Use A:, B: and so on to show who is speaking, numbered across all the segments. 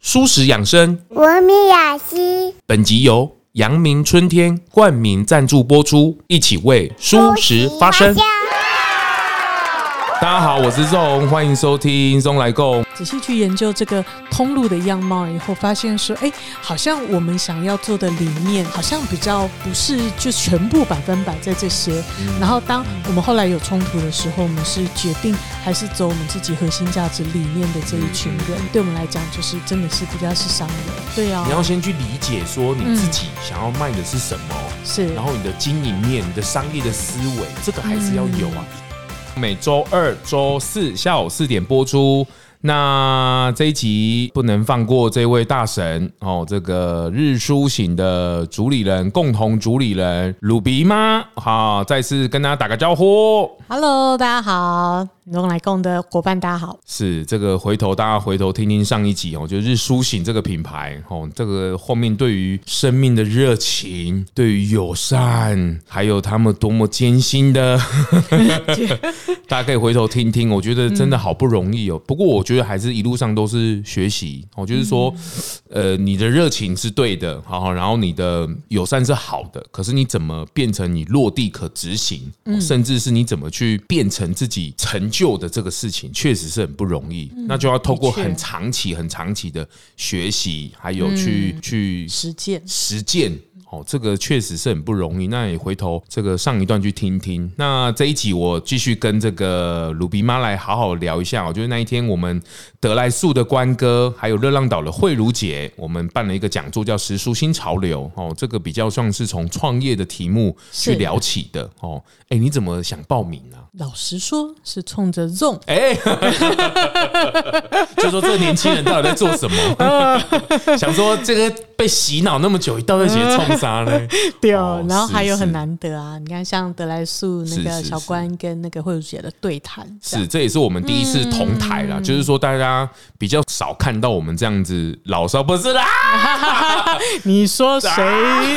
A: 舒适养生。
B: 文明雅集，
A: 本集由阳明春天冠名赞助播出，一起为舒适发声。大家好，我是宋，欢迎收听松来共。
C: 仔细去研究这个通路的样貌以后，发现说，哎，好像我们想要做的理念，好像比较不是就全部百分百在这些。然后，当我们后来有冲突的时候，我们是决定还是走我们自己核心价值理念的这一群人。对我们来讲，就是真的是比较是商人。嗯对啊
A: 你，要先去理解说你自己想要卖的是什么，
C: 是。
A: 然后你的经营面、你的商业的思维，这个还是要有啊。每周二、周四下午四点播出。那这一集不能放过这位大神哦，这个日苏醒的主理人、共同主理人鲁比妈，好、再次跟大家打个招呼。
C: Hello，大家好，用来共的伙伴，大家好。
A: 是这个，回头大家回头听听上一集哦，就是苏醒这个品牌哦，这个后面对于生命的热情，对于友善，还有他们多么艰辛的， 大家可以回头听听，我觉得真的好不容易哦。不过我觉得还是一路上都是学习哦，就是说，
C: 嗯
A: 呃，你的热情是对的，好，然后你的友善是好的，可是你怎么变成你落地可执行，
C: 嗯
A: 哦甚至是你怎么去变成自己成就的这个事情，确实是很不容易。那就要透过
C: 嗯的确
A: 很长期、很长期的学习，还有去
C: 嗯
A: 去
C: 实践
A: 实践。哦，这个确实是很不容易。那也回头这个上一段去听听。那这一集我继续跟这个鲁比妈来好好聊一下、哦。就是那一天我们德莱素的关哥，还有热浪岛的慧茹姐，我们办了一个讲座叫“时蔬新潮流”。哦，这个比较像是从创业的题目去
C: 是
A: 聊起的。哦，哎，你怎么想报名啊？
C: 老实说，是冲着 Zone
A: 哎、 就说这个年轻人到底在做什么？ 想说这个被洗脑那么久，到底写冲啥呢？
C: 对
A: 哦
C: 哦，然后
A: 是
C: 还有
A: 是
C: 很难得啊！你看，像德莱素那
A: 是
C: 个
A: 是
C: 小关跟那个慧茹姐的对谈，这样
A: 是，这也是我们第一次同台
C: 嗯
A: 啦，就是说大家比较少看到我们这样子老少不是啦，
C: 你说谁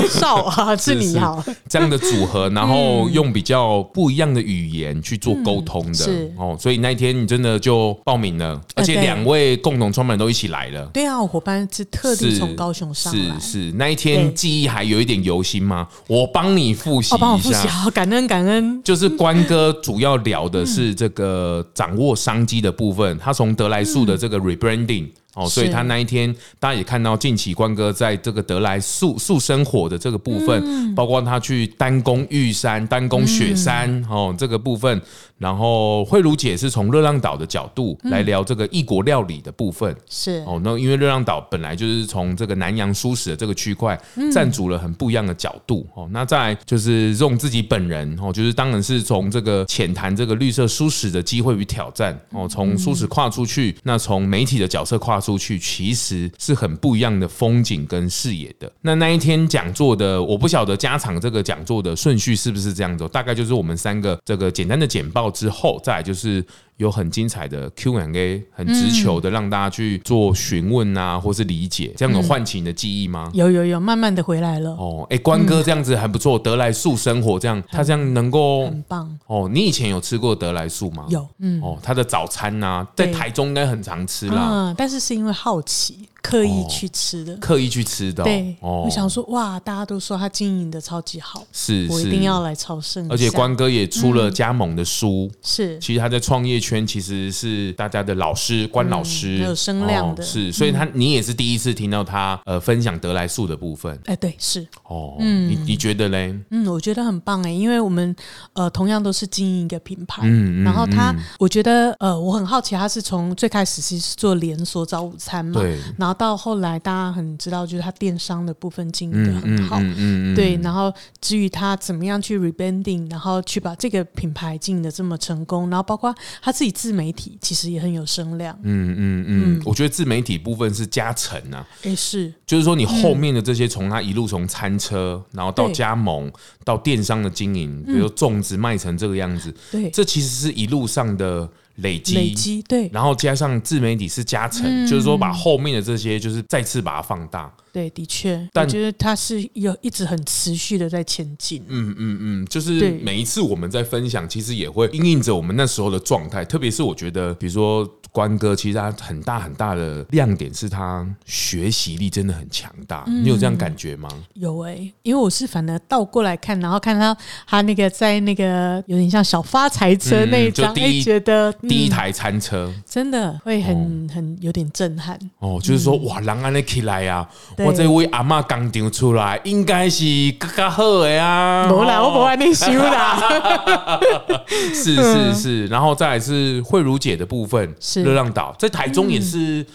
C: 少 啊？是 你好，
A: 这样的组合，然后用比较不一样的语言去做沟通的、
C: 嗯是呃
A: 哦，所以那一天你真的就报名了，而且
C: 对
A: 两位共同创办人都一起来了。
C: 对啊，我伙伴是特地
A: 是
C: 从高雄上
A: 是，
C: 来
A: 是，那一天
C: 对
A: 记忆还有一点犹新吗？我帮你复习
C: 哦，帮我
A: 一
C: 复习
A: 下。
C: 好，感恩感恩，
A: 就是关哥主要聊的是这个掌握商机的部分，他从德莱素的这个 rebranding。哦，所以
C: 是
A: 他那一天，大家也看到近期关哥在这个德莱素素生活的这个部分，包括他去单攻玉山、单攻雪山、哦这个部分，然后慧茹姐是从热浪岛的角度来聊这个异国料理的部分，
C: 是
A: 哦，那因为热浪岛本来就是从这个南洋舒适的这个区块站足了很不一样的角度哦。那再来就是用自己本人哦，就是当然是从这个浅谈这个绿色舒适的机会与挑战哦，从舒适跨出去，那从媒体的角色跨出去，其实是很不一样的风景跟视野的。那那一天讲座的，我不晓得加场这个讲座的顺序是不是这样子哦、大概就是我们三个这个简单的简报之后，再来就是有很精彩的 Q&A，很直球的让大家去做询问
C: 嗯
A: 啊，或是理解，这样有唤起你的记忆吗？
C: 有有有，慢慢的回来了，
A: 哦，哎、关
C: 嗯
A: 哥这样子还不错，德来素生活这样，他这样能够
C: 很棒，
A: 哦，你以前有吃过德来素吗？
C: 有嗯
A: 哦，他的早餐呐、在
C: 对
A: 台中应该很常吃啦，
C: 啊，但是是因为好奇，刻意
A: 哦
C: 去吃的，
A: 刻意去吃的、哦。
C: 对，
A: 哦，
C: 我想说哇，大家都说他经营的超级好，
A: 是
C: 我
A: 是
C: 一定要来嗯朝圣一下，
A: 而且关哥也出了加盟的书，
C: 是
A: 其实他在创业圈其实是大家的老师，关老师，
C: 嗯很有声量的嗯
A: 哦是，所以他你也是第一次听到他呃分享德来素的部分
C: 哎对是。
A: 哦，你你觉得嘞？
C: 嗯，我觉得很棒哎，因为我们呃同样都是经营一个品牌，
A: 嗯嗯
C: 然后他，我觉得呃我很好奇，他是从最开始是做连锁早午餐嘛，
A: 对，嗯
C: 然后到后来大家很知道，就是他电商的部分经营的
A: 嗯
C: 很
A: 嗯
C: 好，
A: 嗯嗯嗯，
C: 对，然后至于他怎么样去 rebranding，然后去把这个品牌经营的这么成功，然后包括他自己自媒体其实也很有声量，
A: 嗯嗯嗯，我觉得自媒体部分是加成啊，
C: 哎是
A: 就是说你后面的这些，从他一路从餐车，然后到
C: 对嗯
A: 加盟，到电商的经营，比如说种植卖成这个样子，
C: 对
A: 这其实是一路上的累积，
C: 累积嗯对
A: 然后加上自媒体是加成，就是说把后面的这些就是再次把它放大。
C: 对，的确，我
A: 但
C: 觉得它是有一直很持续的在前进。
A: 嗯嗯嗯，就是
C: 对
A: 每一次我们在分享，其实也会因应着我们那时候的状态。特别是我觉得，比如说关哥，其实他很大很大的亮点是他学习力真的很强大。你有这
C: 嗯
A: 样感觉吗？
C: 有诶、因为我是反而倒过来看，然后看他他那个在那个有点像小发财车
A: 嗯
C: 那一
A: 就
C: 张，
A: 第
C: 哎、
A: 一
C: 觉得、嗯、
A: 第一台哦餐车
C: 真的会很、很有点震撼。
A: 哦，就是说、哇，人安尼起来呀、啊，
C: 嗯对
A: 我这位阿嬷刚丢出来，应该是嘎嘎好的啊。
C: 没啦，我不爱
A: 哦
C: 你修啦。
A: 是是是，然后再来是慧茹姐的部分，
C: 嗯是嗯
A: 热浪岛在台中也是、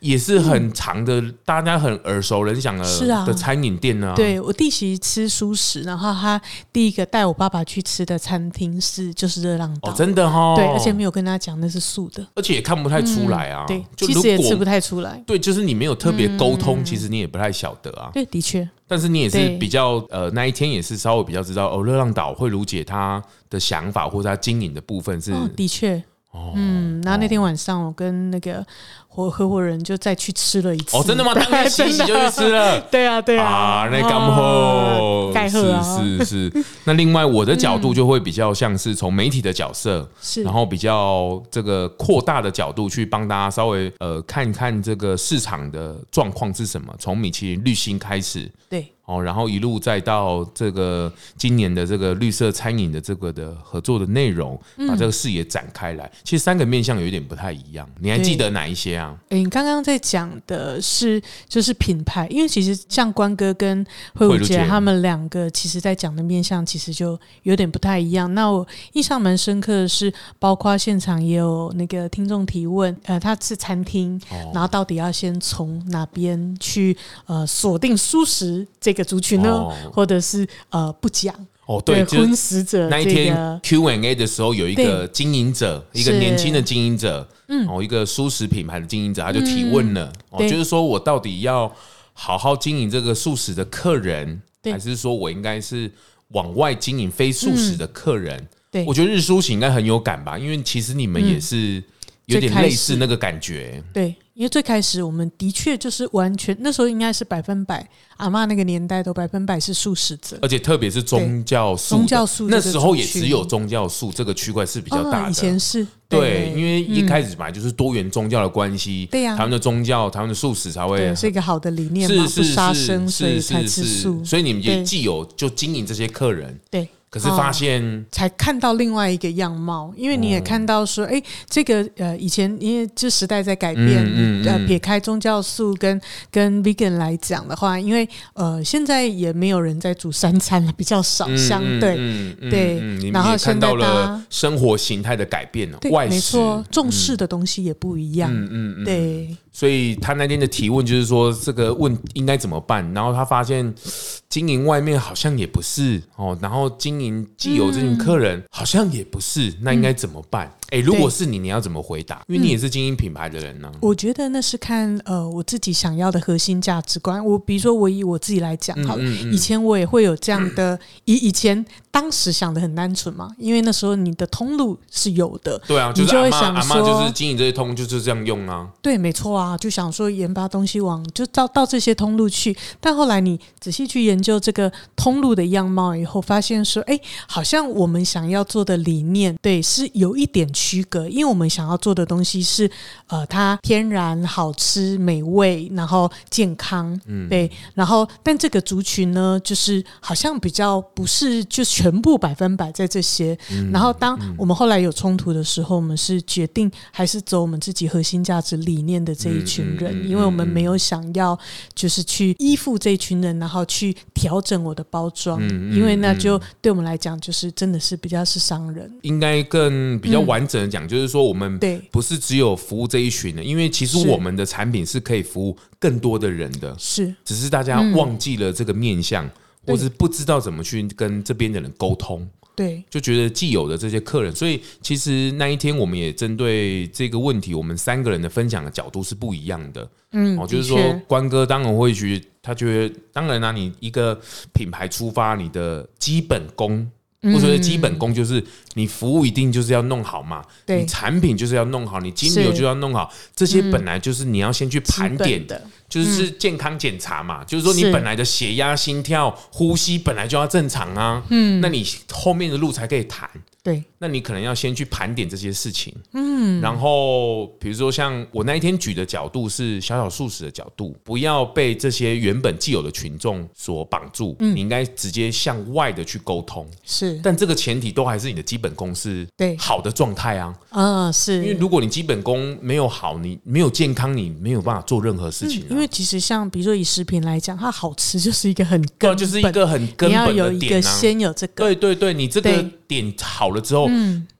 A: 也是很长的，大家很耳熟能详的、
C: 是啊
A: 的餐饮店呢、啊。
C: 对我弟媳吃素食，然后他第一个带我爸爸去吃的餐厅是就是热浪岛，
A: 哦，真的哦，
C: 对，而且没有跟他讲那是素的，
A: 而且也看不太出来啊。
C: 对，
A: 就
C: 其
A: 如
C: 实也吃不
A: 果
C: 太出来。
A: 对，就是你没有特别沟通，其实你也不太晓得啊。
C: 对，的确，
A: 但是你也是
C: 对
A: 比较呃，那一天也是稍微比较知道哦，热浪岛慧茹姐她的想法或者她经营的部分是
C: 哦，的确，
A: 哦
C: 嗯，然后那天晚上我跟那个合合伙人就再去吃了一次。
A: 哦，真的吗？
C: 对
A: 当天洗一洗就去吃。
C: 真的
A: 了。
C: 对啊，对
A: 啊，那刚
C: 哦
A: 好，
C: 盖贺啊，嗯
A: 是是是。那另外我的角度就会比较像是从媒体的角色，
C: 是
A: 然后比较这个扩大的角度去帮大家稍微呃看一看这个市场的状况是什么，从米其林绿星开始。
C: 对，
A: 哦，然后一路再到这个今年的这个绿色餐饮的这个的合作的内容，
C: 嗯
A: 把这个视野展开来。其实三个面向有一点不太一样，你还记得哪一些啊？
C: 诶，你刚刚在讲的是就是品牌，因为其实像关哥跟慧
A: 慧
C: 茹
A: 茹
C: 姐
A: 姐
C: 他们两个，其实在讲的面向其实就有点不太一样。那我印象蛮深刻的是，包括现场也有那个听众提问，呃，他是餐厅，
A: 哦
C: 然后到底要先从哪边去呃锁定素食这个族群呢？
A: 哦
C: 或者是呃不讲
A: 哦，对，就是
C: 荤食者
A: 那一
C: 呃这
A: 天
C: 个
A: Q&A 的时候，有一个
C: 对
A: 经营者，一个
C: 是嗯
A: 年轻的经营者，哦，一个素食品牌的经营者，他就提问了，哦，
C: 对
A: 就是说我到底要好好经营这个素食的客人，
C: 对
A: 还是说我应该是往外经营非素食的客人？
C: 嗯对嗯
A: 我觉得日苏醒应该很有感吧，因为其实你们也是有点
C: 最开
A: 类
C: 始
A: 似那个感觉，
C: 对，因为最开始我们的确就是完全那时候应该是百分百，阿嬷那个年代都百分百是素食者。
A: 而且特别是宗教素的，
C: 宗教素这
A: 那
C: 个
A: 时候也
C: 族群
A: 只有宗教素这个区块是比较大的，
C: 哦以前是
A: 对，因
C: 为
A: 为一开始本来就是多元宗教的关系，
C: 嗯对呀
A: 台湾的宗教、台湾的素食才会
C: 对是一个好的理念嘛，
A: 啊是
C: 不
A: 是
C: 杀
A: 是
C: 生，所以
A: 是
C: 才
A: 是
C: 吃
A: 是，
C: 素。
A: 所以你们也
C: 对
A: 既有就经营这些客人，
C: 对，
A: 可是发
C: 哦
A: 现
C: 才看到另外一个样貌，因为你也
A: 哦
C: 看到说，哎、这个呃，以前因为这时代在改变，
A: 嗯嗯嗯
C: 呃，撇开宗教素跟跟 vegan 来讲的话，因为呃，现在也没有人在煮三餐了，比较少，
A: 嗯
C: 相
A: 嗯
C: 对。
A: 嗯嗯
C: 对
A: 嗯你
C: 然
A: 们
C: 后
A: 也看
C: 现在
A: 到
C: 大
A: 了
C: 家
A: 生活形态的改变了
C: 对，，
A: 外
C: 没
A: 食，
C: 错，重视的东西也不一样。
A: 嗯嗯嗯，
C: 对，
A: 所以他那天的提问就是说，这个问应该怎么办？然后他发现经营外面好像也不是哦，然后经营既有这群客人、好像也不是，那应该怎么办？
C: 嗯
A: 哎、如果是你，你要怎么回答？因为你也是经营品牌的人呢、啊
C: 我觉得那是看呃我自己想要的核心价值观。我比如说，我以我自己来
A: 嗯
C: 讲好了，以前我也会有这样的， 以以前当时想的很单纯嘛，因为那时候你的通路是有的，
A: 对啊，
C: 你
A: 就是阿
C: 会
A: 妈
C: 想
A: 阿妈
C: 说，
A: 就是经营这些通就是这样用啊，
C: 对，没错啊，就想说研发东西往就到到这些通路去，但后来你仔细去研究这个通路的样貌以后，发现说，哎，好像我们想要做的理念，对，是有一点区隔，因为我们想要做的东西是，呃，它天然、好吃、美味，然后健康，嗯，对，然后但这个族群呢，就是好像比较不是就全部百分百在这些，
A: 嗯
C: 然后当我们后来有冲突的时候，我们是决定还是走我们自己核心价值理念的这一
A: 嗯
C: 群人，因为我们没有想要就是去依附这一群人，然后去调整我的包装，
A: 嗯
C: 因为那就对我们来讲就是真的是比较是商人。
A: 应该更比较完整的讲，就是说我们
C: 嗯对
A: 不是只有服务这一群的，因为其实
C: 是
A: 我们的产品是可以服务更多的人的，
C: 是
A: 只是大家忘记了这个面向，
C: 对
A: 或是不知道怎么去跟这边的人沟通，
C: 对，
A: 就觉得既有的这些客人，所以其实那一天我们也针对这个问题，我们三个人的分享的角度是不一样的。
C: 嗯，
A: 哦，
C: 的
A: 就是说
C: 确，
A: 关哥当然会去，他觉得当然啦、你一个品牌出发，你的基本功
C: 嗯
A: 我觉得基本功就是你服务一定就是要弄好嘛，
C: 对
A: 你产品就是要弄好，你金流
C: 是
A: 就要弄好，这些本来就是你要先去盘
C: 基
A: 点
C: 本的，嗯
A: 就是健康检查嘛，就是说你
C: 是
A: 本来的血压、心跳、呼吸本来就要正常啊，嗯，那你后面的路才可以谈。
C: 对，
A: 那你可能要先去盘点这些事情，嗯，然后比如说像我那一天举的角度是小小素食的角度，不要被这些原本既有的群众所绑住，
C: 嗯
A: 你应该直接向外的去沟通，
C: 是，
A: 但这个前提都还是你的基本功是
C: 对
A: 好的状态啊，
C: 嗯，是，
A: 因为如果你基本功没有好，你没有健康，你没有办法做任何事情、啊
C: 因为其实像比如说以食品来讲，它好吃就是一个很根
A: 对啊
C: 本，
A: 就是一个很根
C: 你要
A: 本
C: 有
A: 的
C: 一
A: 点
C: 个
A: 啊，
C: 先有这个，
A: 对对对，你嗯这个
C: 对
A: 点好了之后，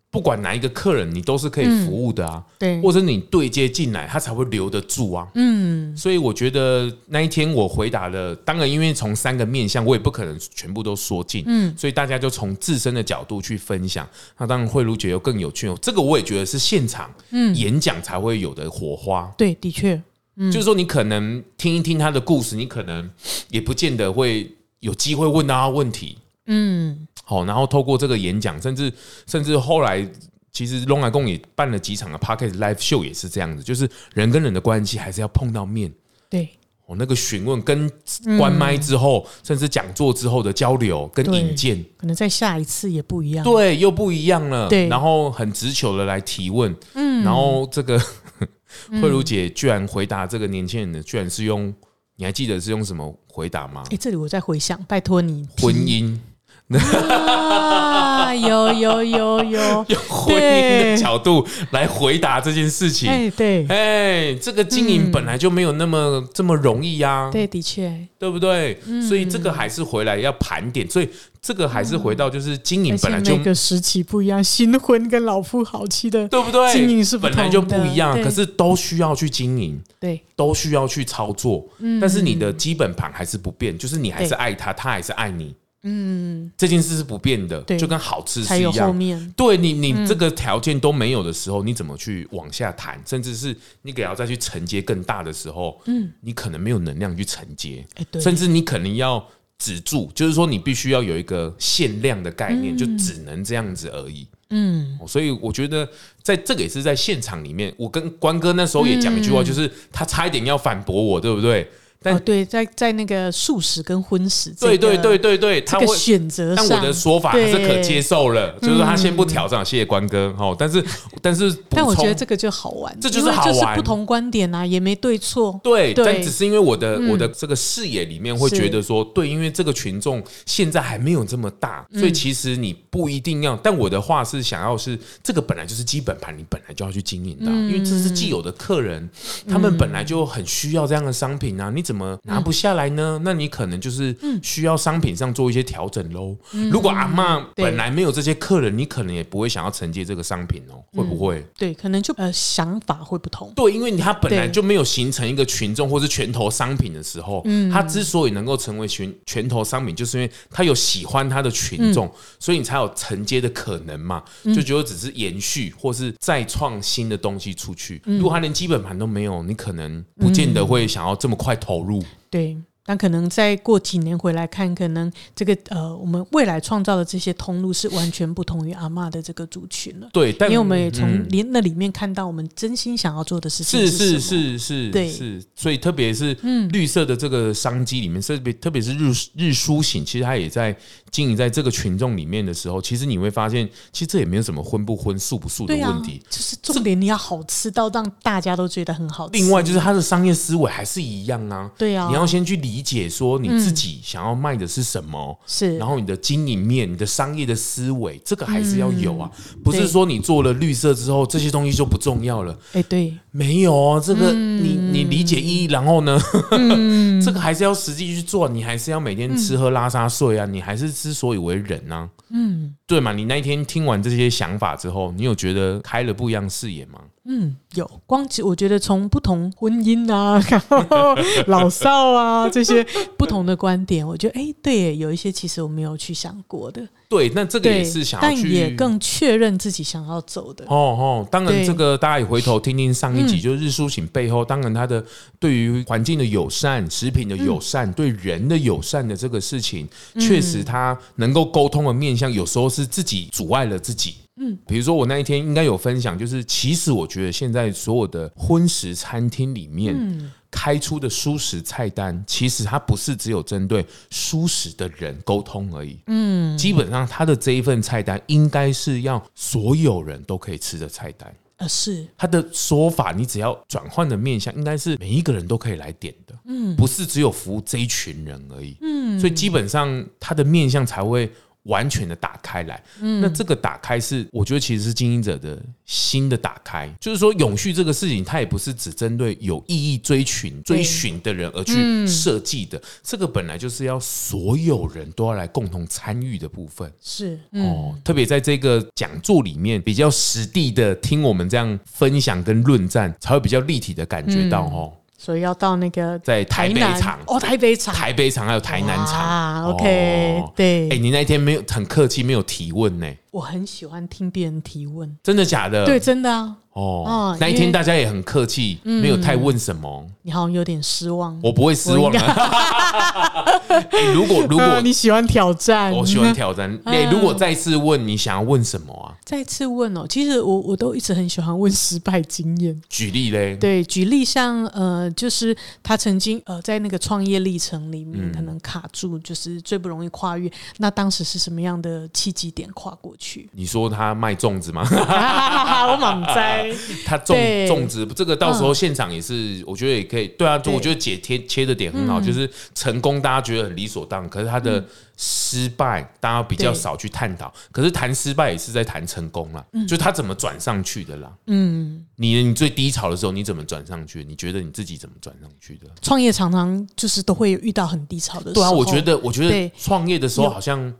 A: 不管哪一个客人，你都是可以服务的啊。
C: 对
A: 或者你对接进来，他才会留得住啊。嗯，所以我觉得那一天我回答了，当然因为从三个面向，我也不可能全部都说尽，嗯，所以大家就从自身的角度去分享。那当然，慧茹姐又更有趣哦，这个我也觉得是现场演讲才会有的火花。
C: 对，的确，
A: 就是说你可能听一听他的故事，你可能也不见得会有机会问到他问题。嗯，好，然后透过这个演讲，甚至甚至后来。其实龙来共也办了几场的 p o c k e t live show，也是这样子，就是人跟人的关系还是要碰到面。
C: 对，
A: 哦，那个询问跟关麦之后，甚至讲座之后的交流跟
C: 对
A: 引荐，
C: 可能在下一次也不一样，
A: 对，又不一样了。
C: 对
A: 然后很直球的来提问，嗯，然后这个
C: 嗯
A: 慧茹姐居然回答这个年轻人的，居然是用，你还记得是用什么回答吗？
C: 哎，这里我在回想，拜 托你提
A: 婚姻，
C: 啊，有有 有有，
A: 用婚姻的角度来回答这件事情。
C: 哎，对
A: 哎，这个经营本来就没有那么、这么容易呀、
C: 对，的确，
A: 对不对？
C: 嗯
A: 所以这个还是回来要盘点，所以这个还是回到就是经营
C: 嗯而
A: 本
C: 且
A: 来就
C: 每个时期不一样，新婚跟老夫好妻的，
A: 对不对？
C: 经营是不
A: 本来
C: 同
A: 就
C: 的
A: 不一样，
C: 对
A: 可是都需要去经营。
C: 对
A: 都需要去操作，但是你的基本盘还是不变，就是你还是
C: 嗯对
A: 爱他，他还是爱你，嗯，这件事是不变的，
C: 对
A: 就跟好吃
C: 才
A: 是一
C: 有后
A: 样。
C: 面，哦
A: 对你，你这个条件都没有的时候，你怎么去往下谈？甚至是你给要再去承接更大的时候，嗯，你可能没有能量去承接，
C: 哎，对，
A: 甚至你可能要止住，就是说你必须要有一个限量的概
C: 嗯
A: 念，就只能这样子而已。嗯，所以我觉得在这个也是在现场里面，我跟关哥那时候也讲一句
C: 嗯
A: 话，就是他差一点要反驳我，对不对？但
C: 哦，对，在在那个素食跟荤食，
A: 对对对，对对，他
C: 这
A: 会
C: 个。选择
A: 但
C: 上，
A: 我的说法还是可
C: 对嗯
A: 接受了，就是说他先不挑战，谢谢关哥哦。但是但是，
C: 但我觉得这个就好玩，
A: 这就
C: 因
A: 是
C: 为
A: 好玩
C: 不同观点啊，也没对错。
A: 对，
C: 对嗯
A: 但只是因为我的、我的这个视野里面会
C: 是嗯
A: 觉得说，对，因为这个群众现在还没有这么大，所以其实你不一定要。但我的话是想要是这个本来就是基本盘，你本来就要去经营的啊、
C: 嗯
A: 因为这是既有的客人，他们本来就很需要这样的商品啊，你怎么拿不下来呢？
C: 嗯
A: 那你可能就是需要商品上做一些调整喽。如果阿嬷
C: 嗯对
A: 本来没有这些客人，你可能也不会想要承接这个商品哦，会不会？
C: 对，可能就呃想法会不同。
A: 对，因为它本来
C: 对
A: 就没有形成一个群众或是拳头商品的时候，
C: 嗯
A: 它之所以能够成为拳拳头商品，就是因为它有喜欢它的群
C: 嗯
A: 众，所以你才有承接的可能嘛。就觉得只是延续或是再创新的东西出去。
C: 嗯
A: 如果它连基本盘都没有，你可能不见得会想要这么快投入。
C: 对，但可能再过几年回来看，可能这个呃，我们未来创造的这些通路是完全不同于阿嬷的这个族群了。
A: 对，但
C: 因为我们也从
A: 嗯
C: 连那里面看到我们真心想要做的事情
A: 是
C: 是
A: 是
C: 什么
A: 是是，
C: 对嗯
A: 是，所以特别是绿色的这个商机里面，特别特别是日日苏醒，其实它也在经营在这个群众里面的时候，其实你会发现，其实这也没有什么荤不荤、素不素的
C: 对啊
A: 问题，。
C: 就是重点你要好吃到让大家都觉得很好吃。
A: 另外就是它的商业思维还是一样啊，
C: 对啊
A: 你要先去理解说你自己想要卖的是什么，
C: 是
A: 然后你的经营面、你的商业的思维，这个还是要有啊，不是
C: 嗯对
A: 说你做了绿色之后这些东西就不重要了。
C: 哎、对，
A: 没有哦，这个你你理解意义，然后呢， 这个还是要实际去做，你还是要每天吃喝拉撒睡啊，你还是之所以为人啊，嗯，对嘛？你那一天听完这些想法之后，你有觉得开了不一样视野吗？
C: 有光，其我觉得从不同婚姻啊，然 后老少啊这些不同的观点，我觉得哎、对耶，有一些其实我没有去想过的，
A: 对，那这个
C: 对，
A: 也是想要
C: 但
A: 去，
C: 也更确认自己想要走的。
A: 哦哦，当然
C: 对
A: 这个大家也回头听听上一一集，就是日苏醒背后，当然它的对于环境的友善、食品的友善、对人的友善的这个事情，确实它能够沟通的面向，有时候是自己阻碍了自己。嗯，比如说我那一天应该有分享，就是其实我觉得现在所有的荤食餐厅里面。开出的素食菜单，其实它不是只有针对素食的人沟通而已。嗯，基本上它的这一份菜单应该是要所有人都可以吃的菜单。
C: 呃，是
A: 它的说法，你只要转换的面向，应该是每一个人都可以来点的，嗯，不是只有服务这一群人而已，嗯，所以基本上它的面向才会完全的打开来，嗯，那这个打开是我觉得其实是经营者的新的打开，就是说永续这个事情，它也不是只针对有意义追寻追寻的人而去设计的，这个本来就是要所有人都要来共同参与的部分，
C: 是，嗯
A: 哦，特别在这个讲座里面，比较实地的听我们这样分享跟论战，才会比较立体的感觉到哦。
C: 所以要到那个
A: 在台北
C: 南
A: 场
C: 哦，嗯台北场，
A: 台北场还有台南场哦
C: 哇，OK，对
A: 哎，你那一天没有很客气，没有提问呢，
C: 我很喜欢听别人提问，
A: 真的假的？
C: 对，，真的啊，
A: 哦
C: 哦，
A: 那一
C: 因
A: 天
C: 为嗯
A: 大家也很客气，没有太问什么，
C: 你好像有点失望。
A: 我不会失望的。 哎，如果如
C: 啊
A: 果
C: 你嗯喜欢挑战，
A: 我喜欢挑战，哎，如果再次问，你想要问什么啊？
C: 再次问哦，其实我我都一直很喜欢问失败经验。
A: 举例嘞，
C: 对，举例像呃，就是他曾经呃在那个创业历程里面，
A: 嗯？
C: 可能卡住，就是最不容易跨越。那当时是什么样的契机点跨过去
A: 你说他卖粽子吗？
C: 我满栽，
A: 他种
C: 对嗯
A: 种植这个，到时候现场也是，我觉得也可以。对啊，
C: 对嗯
A: 我觉得姐贴切的点很好，就是成功大家觉得很理所当然，可是他的失败大家比较
C: 对嗯
A: 少去探讨。可是谈失败也是在谈成功啦，就他怎么转上去的啦。嗯，你你最低潮的时候你怎么转上去？你觉得你自己怎么转上去的？
C: 创业常常就是都会有遇到很低潮的时候。
A: 对啊，我觉得我觉得
C: 对
A: 创业的时候好像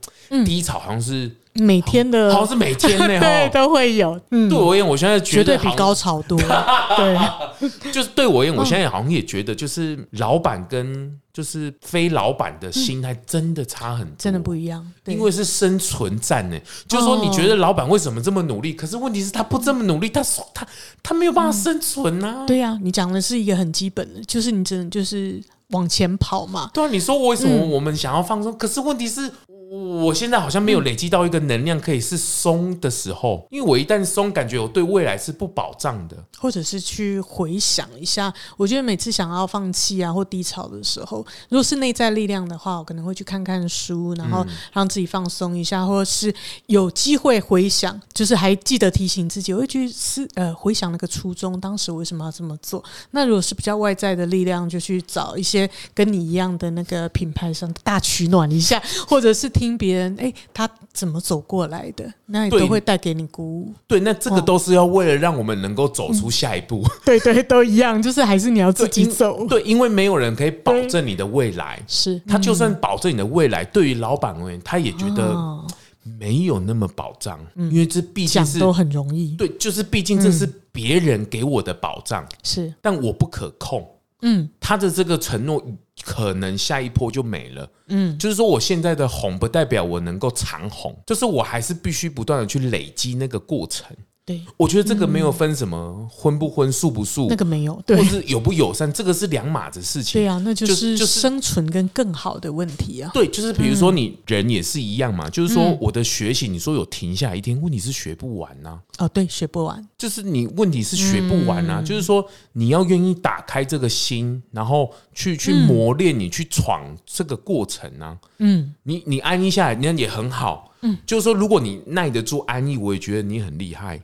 A: 低潮好像是
C: 每天的
A: 好像是每天 呢
C: 对
A: 哈。
C: 都会有，嗯，
A: 对我而言，我现在哦
C: 绝
A: 觉
C: 对
A: 得
C: 比
A: 好像
C: 高潮 多。对，
A: 就是对我而言，我现在好像也觉得，就是老板跟就是非老板的心态真的差很多，
C: 真的不一样。对哦
A: 因为是生存战呢、就是说，你觉得老板为什么这么努力？可是问题是他不这么努力，他他他没有办法生存呐、啊。
C: 对啊，你讲的是一个很基本的，就是你真的就是往前跑嘛。
A: 对啊，你说为什么我们想要放松？可是问题是。我现在好像没有累积到一个能量，可以是松的时候，因为我一旦松，感觉我对未来是不保障的。
C: 或者是去回想一下。我觉得每次想要放弃啊或低潮的时候，如果是内在力量的话，我可能会去看看书，然后让自己放松一下，或者是有机会回想，就是还记得提醒自己，我会去思呃回想那个初衷，当时为什么要这么做。那如果是比较外在的力量，就去找一些跟你一样的那个品牌商大取暖一下，或者是听别人哎、他怎么走过来的，那也
A: 对
C: 都会带给你鼓舞。
A: 对，那
C: 哦
A: 这个都是要为了让我们能够走出下一步。
C: 对对，都一样，就是还是你要自己
A: 因
C: 走。嗯
A: 对，因为没有人可以保证你的未来。
C: 是
A: 他就算保证你的未来，对于老板而言，他也觉得
C: 哦嗯
A: 没有那么保障，因为这毕竟
C: 讲
A: 是
C: 都很容易，
A: 对，就是毕竟这是别人给我的保障，
C: 是
A: 但我不可控。
C: 嗯，
A: 他的这个承诺可能下一波就没了。嗯，就是说我现在的红不代表我能够长红，就是我还是必须不断的去累积那个过程。
C: 对，嗯
A: 我觉得这个没有分什么婚不婚、素不素，
C: 那个没有，
A: 或
C: 对
A: 是友不友善，这个是两码子事情。
C: 对啊，那就
A: 就是就是
C: 生存跟更好的问题啊，
A: 对，就是比如说你人也是一样嘛，就是
C: 嗯
A: 说我的学习，你说有停下来一天，问题是学不完呐、
C: 哦，对，学不完，
A: 就是你问题是学不完
C: 嗯
A: 啊，就是说你要愿意打开这个心，然后去去磨练你去闯这个过程啊。
C: 嗯，
A: 你你安逸下来，那也很好。嗯，就是说如果你耐得住安逸，我也觉得你很厉害。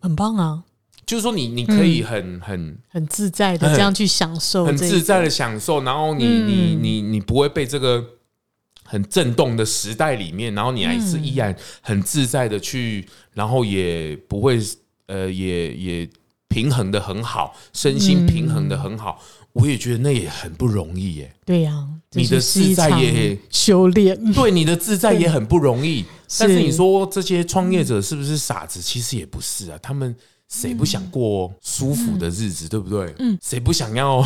C: 很棒啊，
A: 就是说你你可
C: 嗯
A: 以很很
C: 很自在的这样嗯去享受，
A: 哎很自在，的享受，然后你、你你你不会被这个很震动的时代里面，然后你还是依然很自在的去，然后也不会呃也也平衡的很好，身心
C: 嗯
A: 平衡的很好，我也觉得那也很不容易耶。
C: 对呀，这
A: 你的
C: 就是一
A: 自在
C: 场
A: 也
C: 修 炼，
A: 对你的自在也很不容易，但是
C: 是
A: 你说这些创业者是不是傻子？其实也不是啊，他们谁不想过舒服的日子，对不对？嗯，谁不想要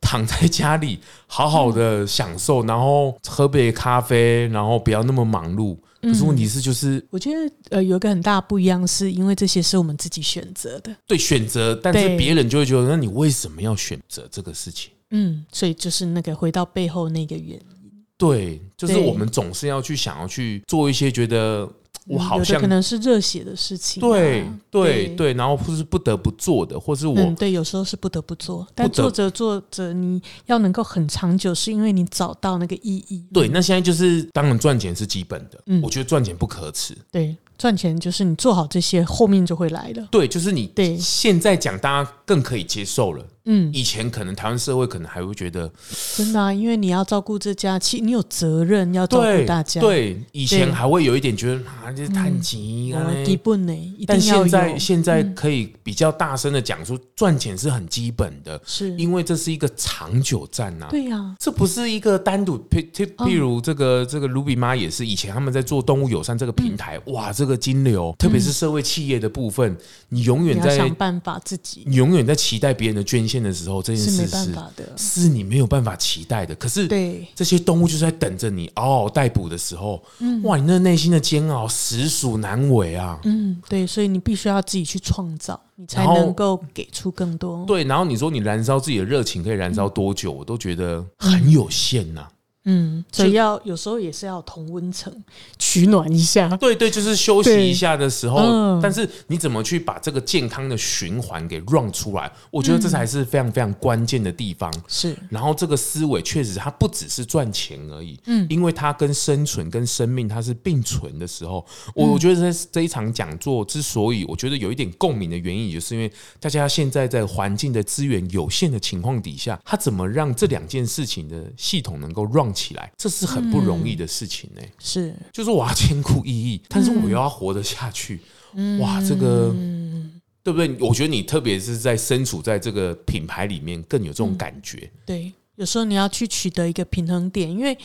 A: 躺在家里好好的享受，然后喝杯咖啡，然后不要那么忙碌？可是问题是，就是
C: 我觉得呃有一个很大的不一样，是因为这些是我们自己选择的，
A: 对选择，但是
C: 对
A: 别人就会觉得，那你为什么要选择这个事情？
C: 嗯，所以就是那个回到背后那个原因，
A: 对，就是
C: 对
A: 我们总是要去想要去做一些觉得我好
C: 有的
A: 像
C: 可能是热血的事情啊、
A: 对对
C: 对
A: 对，然后或是不得不做的，或是
C: 嗯，
A: 我
C: 对，有时候是不得不做，但
A: 不得
C: 做着做着，你要能够很长久，是因为你找到那个意义。
A: 对。那现在就是，当然赚钱是基本的，
C: 嗯
A: 我觉得赚钱不可耻。
C: 对，赚钱就是你做好这些，后面就会来了。
A: 对，就是你
C: 对
A: 现在讲，大家更可以接受了。
C: 嗯，
A: 以前可能台湾社会可能还会觉得，
C: 真的、啊，因为你要照顾这家，其你有责任要照顾大家。，
A: 对，以前
C: 对
A: 还会有一点觉得啊，这探级啊
C: 我，基本呢一
A: 但
C: 定要
A: 现
C: 有。嗯
A: 在现在可以比较大声的讲出，赚钱是很基本的，
C: 是，
A: 因为这是一个长久战啊呐、
C: 对啊呀、
A: 这不是一个单独，譬譬
C: 嗯
A: 譬如这个、这个卢比妈也是，以前他们在做动物友善这个平台，
C: 嗯
A: 哇，这个金流，特别是社会企业的部分，你永
C: 你
A: 远
C: 要
A: 在
C: 想办法自己
A: 你永远在期待别人的捐献的时候，这件
C: 是
A: 事
C: 没办
A: 是
C: 法的。
A: 是你没有办法期待的。可是
C: 对，
A: 这些动物就是在等着你嗷嗷待哺的时候，哇，你那内心的煎熬实属难为啊。
C: 嗯，对，所以你必须要自己去创造，你才
A: 然后
C: 能够给出更多。
A: 对，然后你说你燃烧自己的热情可以燃烧多久，我都觉得很有限呐、
C: 嗯，所
A: 就
C: 以要有时候也是要有同温层取暖一下。
A: 对对，就是休息
C: 对
A: 一下的时候，
C: 嗯
A: 但是你怎么去把这个健康的循环给 run 出来？我觉得这才是非常非常关键的地方。
C: 是，
A: 然后这个思维确实，它不只是赚钱而已，
C: 嗯
A: 因为它跟生存、跟生命它是并存的时候，
C: 嗯
A: 我我觉得这这一场讲座之所以我觉得有一点共鸣的原因，也就是因为大家现在在环境的资源有限的情况底下，它怎么让这两件事情的系统能够 run 起来，这是很不容易
C: 嗯
A: 的事情呢、
C: 是，
A: 就是我要兼顾意义，
C: 嗯
A: 但是我又要活得下去，哇，这个。对不对？我觉得你特别是在身处在这个品牌里面，更有这种
C: 嗯
A: 感觉。
C: 对。有时候你要去取得一个平衡点，因为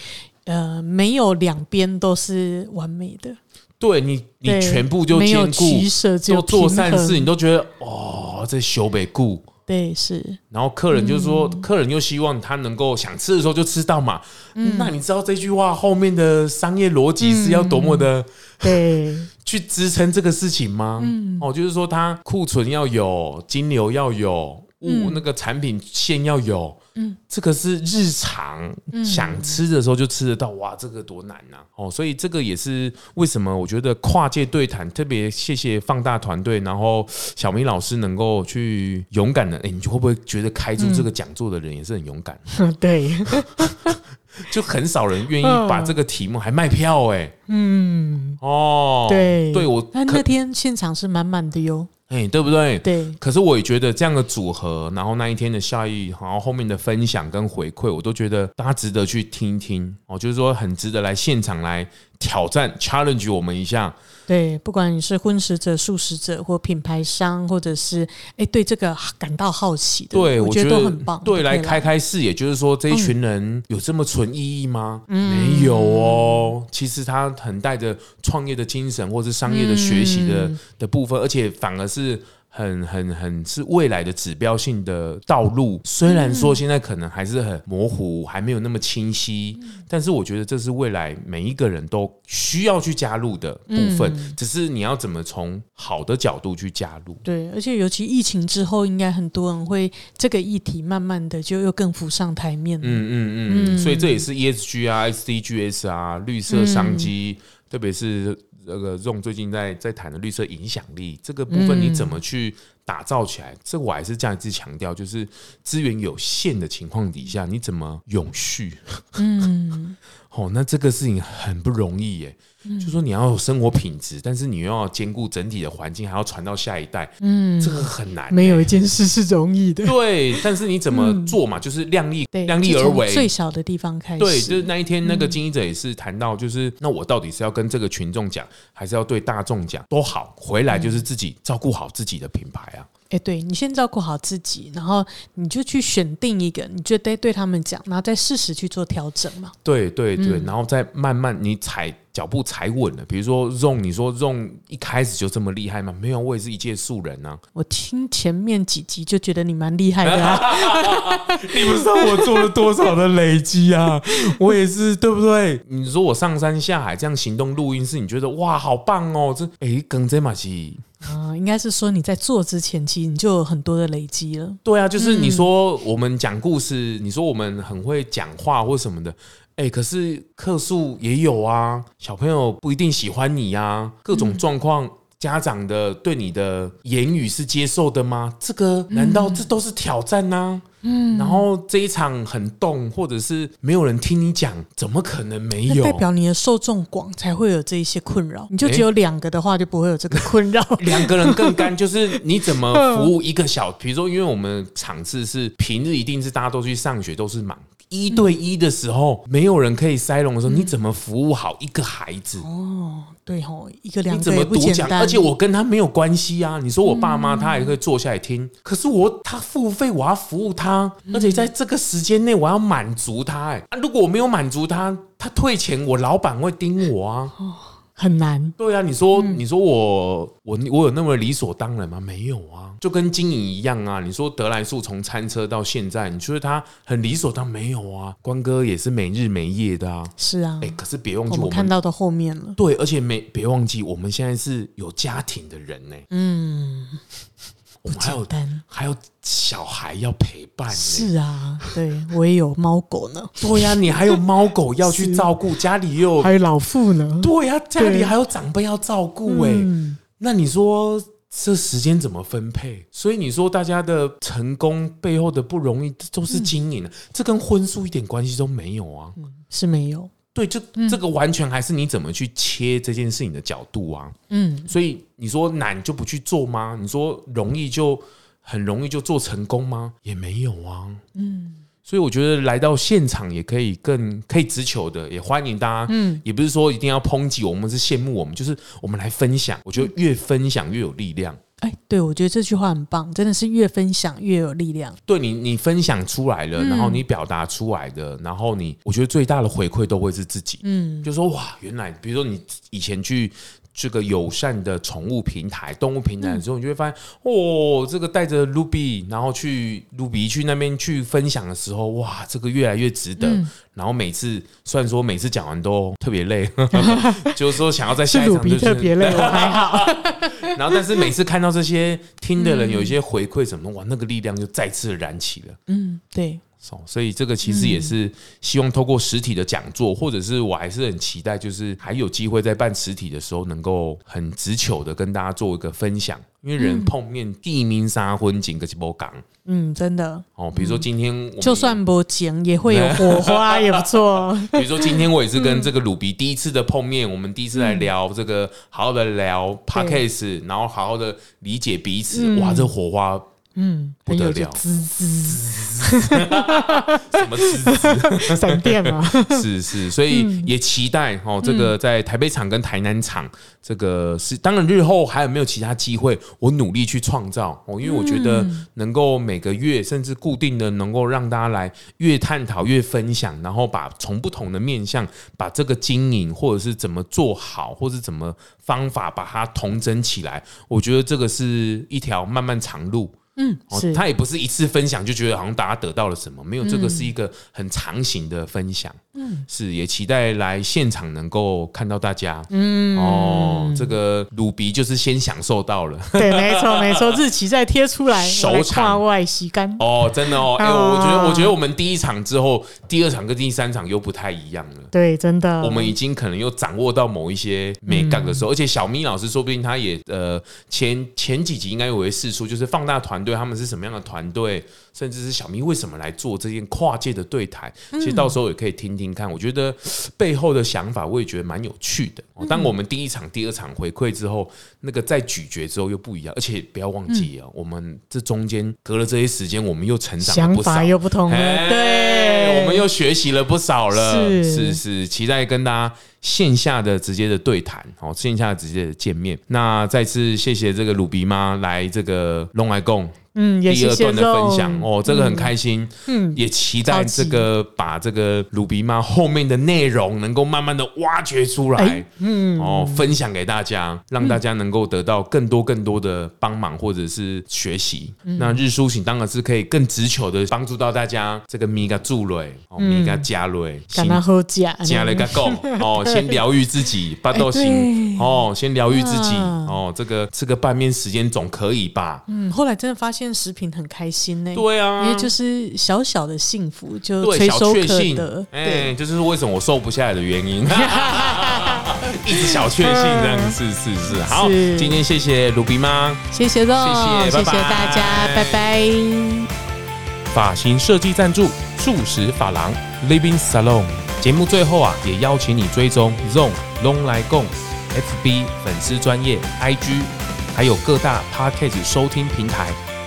C: 呃，没有两边都是完美的，
A: 对你，你
C: 对
A: 全部就
C: 没有
A: 兼
C: 取
A: 顾，
C: 舍，只有
A: 都做
C: 平
A: 善
C: 衡
A: 事，你都觉得哦，这修北顾。
C: 对，是
A: 然后客人就说，
C: 嗯
A: 客人又希望他能够想吃的时候就吃到嘛。
C: 嗯
A: 那你知道这句话后面的商业逻辑是要多么的
C: 对，
A: 去支撑这个事情吗？
C: 嗯
A: 哦，就是说它库存要有，金流要有，物
C: 嗯
A: 那个产品线要有。嗯，这个是日常
C: 嗯
A: 想吃的时候就吃得到，哇，这个多难呐、哦，所以这个也是为什么我觉得跨界对谈特别谢谢放大团队，然后小明老师能够去勇敢的，哎，你会不会觉得开出这个讲座的人也是很勇敢？
C: 嗯对，
A: 就很少人愿意把这个题目还卖票哎、嗯，哦，
C: 对
A: 对我
C: 那
A: 可
C: 那天现场是满满的哟，
A: 哎、对不对？
C: 对，
A: 可是我也觉得这样的组合，然后那一天的效益，然后后面的分享跟回馈，我都觉得大家值得去听一听哦，就是说很值得来现场来挑战 challenge 我们一下。
C: 对，不管你是荤食者、素食者，或品牌商，或者是哎对这个感到好奇的，
A: 对，
C: 我
A: 觉
C: 觉得都很棒。
A: 对，
C: 都可
A: 来
C: 以
A: 开开视野，就是说这一群人有这么纯意义吗？
C: 嗯
A: 没有哦，其实他很带着创业的精神，或是商业的学习的、
C: 嗯
A: 的部分，而且反而是。很很很是未来的指标性的道路，虽然说现在可能还是很模糊，还没有那么清晰，
C: 嗯
A: 但是我觉得这是未来每一个人都需要去加入的部分，
C: 嗯
A: 只是你要怎么从好的角度去加入。
C: 对，而且尤其疫情之后，应该很多人会这个议题慢慢的就又更浮上台面了。
A: 嗯嗯嗯，所以这也是 ESG 啊、SDGs 啊、绿色商机，特别是那个 Zong 最近在在谈的绿色影响力这个部分，你怎么去打造起来？这我还是这样一直强调，就是资源有限的情况底下，你怎么永续？ 嗯，哦，那这个事情很不容易耶。就说你要有生活品质，但是你又要兼顾整体的环境，还要传到下一代，嗯，这个很难耶。
C: 有一件事是容易的，
A: 对，但是你怎么做嘛？就是量力
C: 对，
A: 量力
C: 就
A: 而
C: 从
A: 为，
C: 最小的地方开始。
A: 对，就是那一天那个经营者也是谈到，就是、那我到底是要跟这个群众讲，还是要对大众讲，都好，回来就是自己照顾好自己的品牌啊。
C: 哎，对你先照顾好自己，然后你就去选定一个，你就得对他们讲，然后再适时去做调整嘛。
A: 嗯对对对，然后再慢慢你踩脚步踩稳了。比如说 Zong，你说 Zong 一开始就这么厉害吗？没有，我也是一介素人啊。
C: 我听前面几集就觉得你蛮厉害的、 啊，
A: 你不知道我做了多少的累积 啊！我也是，对不对？你说我上山下海这样行动录音室，你觉得哇，好棒哦！这哎，耿真马西，
C: 啊，应该是说你在做之前，其实你就有很多的累积了。
A: 对啊，就是你说我们讲故事，你说我们很会讲话或什么的。哎、可是客诉也有啊，小朋友不一定喜欢你啊，各种状况，家长的对你的言语是接受的吗？这个难道这都是挑战呢、嗯，然后这一场很动，或者是没有人听你讲，怎么可能没
C: 那
A: 有？
C: 代表你的受众广，才会有这一些困扰。你就只有两个的话，就不会有这个困扰。
A: 两个人更干，就是你怎么服务一个小，比如说，因为我们场次是平日，一定是大家都去上学，都是忙。一对
C: 嗯
A: 一的时候，没有人可以塞拢的时候，你怎么服务好一个孩子？
C: 对吼，一个哦两
A: 你怎么
C: 个也不
A: 独
C: 简
A: 讲？
C: 单。
A: 而且我跟他没有关系啊！你说我爸妈，他还会坐下来听。可是我他付费，我要服务他，
C: 嗯
A: 而且在这个时间内我要满足他、哎、啊，如果我没有满足他，他退钱，我老板会盯我啊。
C: 很难，
A: 对啊，你说、
C: 嗯
A: 你说我我我有那么理所当然吗？没有啊，就跟经营一样啊。你说德来速从餐车到现在，你觉得他很理所当然没有啊？关哥也是没日没夜的啊。
C: 是啊
A: 哎、，可是别忘
C: 我
A: 记
C: 们
A: 我
C: 看
A: 们。
C: 到到后面了。
A: 对，而且没别忘记，我们现在是有家庭的人呢、
C: 嗯，
A: 我们还有
C: 简单
A: 还有小孩要陪伴、呢。
C: 是啊，对我也有猫 狗呢，
A: 对呀、你还有猫狗要去照顾，家里又有
C: 还有老妇呢。
A: 对呀、家里
C: 对
A: 还有长辈要照顾哎、那你说这时间怎么分配？所以你说大家的成功背后的不容易，这都是经营、啊这跟婚数一点关系都没有啊。
C: 是没有。
A: 对，就、这个完全还是你怎么去切这件事情的角度啊。
C: 嗯，
A: 所以你说难就不去做吗？你说容易就很容易就做成功吗？也没有啊。嗯，所以我觉得来到现场也可以更可以直球的，也欢迎大家。嗯，也不是说一定要抨击我们，是羡慕我们，就是我们来分享。我觉得越分享越有力量。
C: 哎，对我觉得这句话很棒，真的是越分享越有力量。
A: 对你，你分享出来了，然后你表达出来的，然后你，我觉得最大的回馈都会是自己。嗯，就说哇，原来比如说你以前去。这个友善的宠物平台、动物平台的时候，你就会发现，哦，这个带着 Ruby，然后去 Ruby 去那边去分享的时候，哇，这个越来越值得。
C: 嗯
A: 然后每次虽然说每次讲完都特别 累，就是说想要在下一
C: 鲁
A: 场就
C: 比特别 累，我还好。
A: 然后，但是每次看到这些听的人有一些回馈什么的，哇，那个力量就再次燃起了。
C: 嗯，对，
A: 哦，所以这个其实也是
C: 嗯
A: 希望透过实体的讲座，或者是我还是很期待，就是还有机会在办实体的时候，能够很直球的跟大家做一个分享，因为人碰面地名杀婚景个是波港
C: 嗯，真的，
A: 哦，比如说今天我们
C: 就算不剪也会有火花，也不错。
A: 比如说今天我也是跟这个鲁比第一次的碰面，我们第一次来聊这个，好好的聊 p
C: 对
A: a c k a g e 然后好好的理解彼此，哇，这火花
C: 嗯，
A: 不得
C: 很有就
A: 了
C: 滋滋
A: 什么滋滋
C: 闪电 嘛。
A: 是是，所以也期待哦，这
C: 嗯
A: 个在台北场跟台南场，这个是当然日后还有没有其他机会，我努力去创造哦，因为我觉
C: 嗯
A: 得能够每个月甚至固定的，能够让大家来越探讨越分享，然后把从不同的面向，把这个经营或者是怎么做好，或是怎么方法把它统整起来，我觉得这个是一条漫漫长路。
C: 嗯，
A: 哦，
C: 是嗯
A: 他也不是一次分享就觉得好像大家得到了什么，没有，这个是一个很长型的分享。嗯，是也期待来现场能够看到大家。嗯，哦，这个鲁鼻就是先享受到了。
C: 对，没错没错，日期再贴出来，
A: 首
C: 我来
A: 场
C: 跨外洗干。
A: 哦，真的 哦，哎、我觉得，
C: 啊
A: 我觉得我们第一场之后，第二场跟第三场又不太一样了。
C: 对，真的，嗯
A: 我们已经可能又掌握到某一些美感的时候，而且小咪老师说不定他也呃前前几集应该有会试出，就是放大团队他们是什么样的团队，甚至是小咪为什么来做这件跨界的对谈，
C: 嗯
A: 其实到时候也可以听听看，我觉得背后的想法我也觉得蛮有趣的。
C: 嗯
A: 哦当我们第一场、第二场回馈之后，那个再咀嚼之后又不一样，而且不要忘记啊，我们这中间隔了这些时间，我们又成长了
C: 想
A: 不少
C: 法。又不同了。
A: 哎
C: 对，
A: 我们又学习了不少了，
C: 是
A: 是是期待跟大家线下的直接的对谈，哦，线下的直接的见面。那再次谢谢这个鲁比妈来这个龙来共
C: 嗯，也
A: 第
C: 谢
A: 二
C: 谢
A: 段的分享
C: 肉
A: 哦，这个很开心，
C: 嗯
A: 也期待
C: 超级
A: 这个把这个鲁比妈后面的内容能够慢慢的挖掘出来
C: 哎，
A: 嗯，哦，分享给大家，让大家能够得到更多更多的帮忙或者是学习。
C: 嗯
A: 那日苏醒当然是可以更直球的帮助到大家，这个米嘎助蕊，哦，
C: 嗯
A: 米嘎加蕊，
C: 感到好假，
A: 加了个贡 哦，先疗愈自己，八豆行
C: 哎对
A: 哦，先疗愈自己
C: 啊
A: 哦，这个吃个拌面时间总可以吧？
C: 嗯，后来真的发现食品很开心呢、
A: 对啊
C: 因为就是小小的幸福就
A: 对，
C: 垂
A: 小
C: 手
A: 确
C: 可
A: 幸
C: 得，，
A: 哎，就是为什么我瘦不下来的原 因，一直小确幸这样，是是是。好，
C: 是
A: 今天谢谢卢比妈，
C: 谢谢肉，
A: 谢谢拜拜
C: 谢谢大家，拜拜
A: 发型设计赞助素食发廊 Living Salon。节目最后啊，也邀请你追踪 Zone Long 来共 FB 粉丝专业 IG，还有各大 Podcast 收听平台